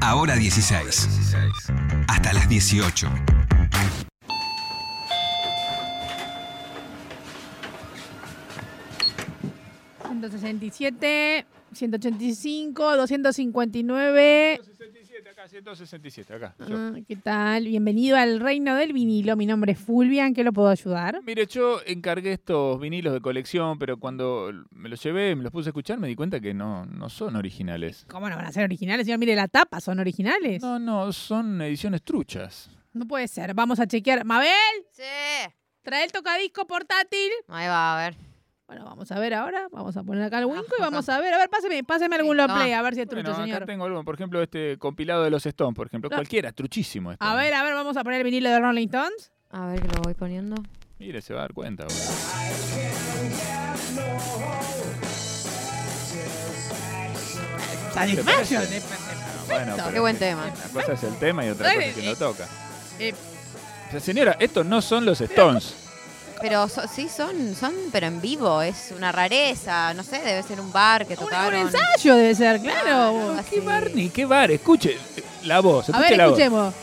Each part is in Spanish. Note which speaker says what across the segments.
Speaker 1: Ahora 16. Hasta las 18.
Speaker 2: Ahí. 167, 185, 259.
Speaker 3: 167, acá, 167, acá. yo.
Speaker 2: Ah, ¿Qué tal? Bienvenido al reino del vinilo. Mi nombre es Fulvian. ¿Qué lo puedo ayudar?
Speaker 3: Mire, yo encargué estos vinilos de colección, pero cuando me los llevé, me los puse a escuchar, me di cuenta que no, no son originales.
Speaker 2: ¿Cómo no van a ser originales? Señor, mire, la tapa son originales. No,
Speaker 3: No, no, son ediciones truchas.
Speaker 2: puede ser. Vamos a chequear. Mabel,
Speaker 4: Sí.
Speaker 2: trae el tocadisco portátil.
Speaker 4: Ahí va, a ver.
Speaker 2: Bueno, vamos a ver ahora. Vamos a poner acá el Winco y vamos a ver. A ver, páseme, páseme algún long play. A ver si es trucho,
Speaker 3: Bueno, acá
Speaker 2: señor.
Speaker 3: tengo algo, por ejemplo, este compilado de los Stones, por ejemplo.
Speaker 2: No.
Speaker 3: Cualquiera, truchísimo este.
Speaker 2: A ver, a ver, vamos a poner el vinilo de Rolling Stones.
Speaker 4: A ver que lo voy poniendo.
Speaker 3: Mire, se va a dar cuenta. boludo.
Speaker 2: Satisfaction. eh,
Speaker 3: Bueno, pero
Speaker 4: Qué buen tema.
Speaker 3: Una cosa es el tema y otra cosa es quien lo toca.
Speaker 2: eh,
Speaker 3: O sea, señora, estos no son los Stones.
Speaker 4: Pero so- sí, son, son, pero en vivo. Es una rareza. No sé, debe ser un bar que
Speaker 2: un,
Speaker 4: tocaron.
Speaker 2: un ensayo debe ser, claro.
Speaker 4: Algo
Speaker 3: Oh, ¿Qué
Speaker 4: así.
Speaker 3: bar ni qué bar? Escuche la voz,
Speaker 2: Oh, A
Speaker 3: escuche
Speaker 2: ver,
Speaker 3: Ah, la
Speaker 2: escuchemos.
Speaker 3: voz.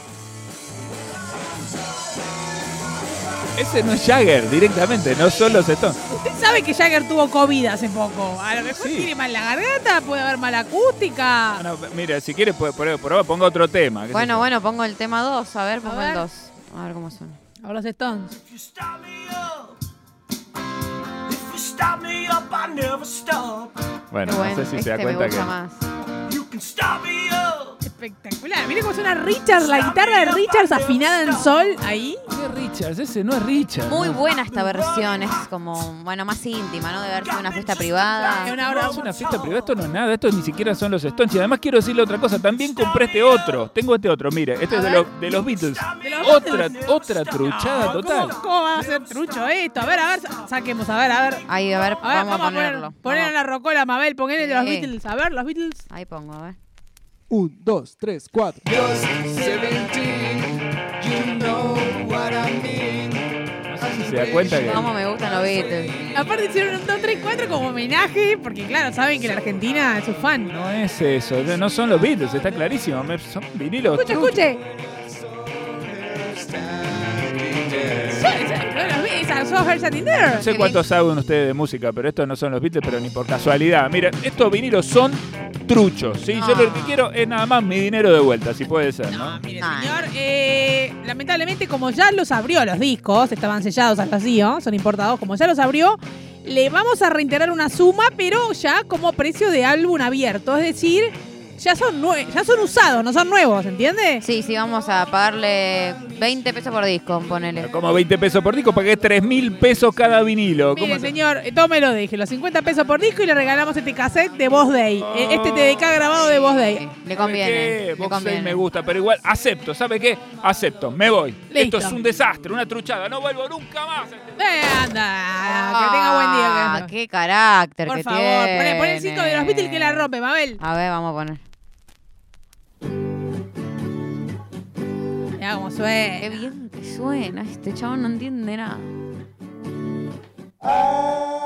Speaker 3: Ese no es Jagger directamente, no son los Stones.
Speaker 2: Usted sabe que Jagger tuvo COVID hace poco. A lo mejor
Speaker 3: Sí.
Speaker 2: tiene mal la garganta, puede haber mala acústica.
Speaker 3: Bueno, Ah, mira, si quieres, por, por, por ahora ponga otro tema. qué sé
Speaker 4: Bueno,
Speaker 3: yo.
Speaker 4: bueno, pongo el tema 2. A ver, pongo
Speaker 2: ver.
Speaker 4: el 2. A ver cómo suena.
Speaker 2: Ahora los Stones.
Speaker 5: If you stop me up, if you stop me up, I never stop.
Speaker 3: Bueno,
Speaker 4: Qué bueno.
Speaker 3: no sé si
Speaker 4: este
Speaker 3: se da
Speaker 4: me
Speaker 3: cuenta
Speaker 4: gusta
Speaker 3: que.
Speaker 4: más.
Speaker 5: You can stop me up.
Speaker 2: Espectacular. Mire cómo suena Richards, la guitarra de Richards afinada en sol ahí.
Speaker 3: ¿Qué es Richards? Ese no es Richards.
Speaker 4: Muy
Speaker 3: no.
Speaker 4: buena esta versión. Es como, bueno, más íntima, ¿no? De verse en una fiesta
Speaker 2: Es
Speaker 4: privada.
Speaker 2: una obra.
Speaker 3: Es una fiesta privada, esto no es nada, esto ni siquiera son los Stones. Y además quiero decirle otra cosa, también compré este otro. Tengo este otro, mire, este es de, los- de los Beatles.
Speaker 2: De los
Speaker 3: Otra,
Speaker 2: Beatles.
Speaker 3: otra truchada
Speaker 2: ¿Cómo,
Speaker 3: total.
Speaker 2: ¿Cómo va a ser trucho esto? A ver, a ver, sa- saquemos, a ver, a ver.
Speaker 4: Ahí, a ver,
Speaker 2: A ver,
Speaker 4: vamos, a ponerlo.
Speaker 2: poner, poner
Speaker 4: Vamos.
Speaker 2: en la rocola, Mabel, poner el de los
Speaker 4: Sí.
Speaker 2: Beatles. A ver, los Beatles.
Speaker 4: Ahí pongo, a ver.
Speaker 6: Un, dos, tres, cuatro.
Speaker 3: No sé si se da cuenta que.
Speaker 4: ¿Cómo me gustan los Beatles?
Speaker 2: Aparte hicieron un 2, 3, 4 como homenaje, porque claro, saben que la Argentina es su fan.
Speaker 3: No es eso, no son los Beatles, está clarísimo. me- Son vinilos.
Speaker 2: Escuche,
Speaker 3: tru-
Speaker 2: escuche. Esa Software Santander.
Speaker 3: No sé cuánto saben ustedes de música, pero estos no son los Beatles, pero ni por casualidad. Miren, estos vinilos son truchos, ¿sí? Yo lo que quiero es nada más mi dinero de vuelta, si puede ser, ¿no?
Speaker 2: Mire,
Speaker 4: Ay.
Speaker 2: señor, eh, lamentablemente, como ya los abrió los discos, estaban sellados al vacío, son importados, como ya los abrió, le vamos a reintegrar una suma, pero ya como precio de álbum abierto. Es decir, ya son, nue- ya son usados, no son nuevos, ¿entiende?
Speaker 4: Sí, sí, vamos a pagarle 20 pesos por disco, ponele.
Speaker 3: Como 20 pesos por disco, pagué 3 mil pesos cada vinilo. ¿Cómo
Speaker 2: Mire,
Speaker 3: se-
Speaker 2: señor, eh, tómelo, dije, los 50 pesos por disco y le regalamos este cassette de Boss Day. eh, Este TDK grabado de Boss Day.
Speaker 4: Le
Speaker 3: ¿Sabe
Speaker 4: conviene.
Speaker 3: qué?
Speaker 4: Le
Speaker 3: Box
Speaker 4: conviene.
Speaker 3: seis me gusta, pero igual acepto, ¿sabe qué? Acepto, me voy.
Speaker 2: Listo.
Speaker 3: Esto es un desastre, una truchada, no vuelvo nunca más.
Speaker 2: Eh, anda, que tenga buen día.
Speaker 4: Ah,
Speaker 2: que-
Speaker 4: qué carácter
Speaker 2: Por
Speaker 4: que
Speaker 2: favor,
Speaker 4: tiene.
Speaker 2: poné, poné el 5 de los Beatles que la rompe, Mabel.
Speaker 4: A ver, vamos a poner.
Speaker 2: Mirá cómo
Speaker 4: Qué
Speaker 2: suena.
Speaker 4: bien que suena. Este chabón no entiende nada.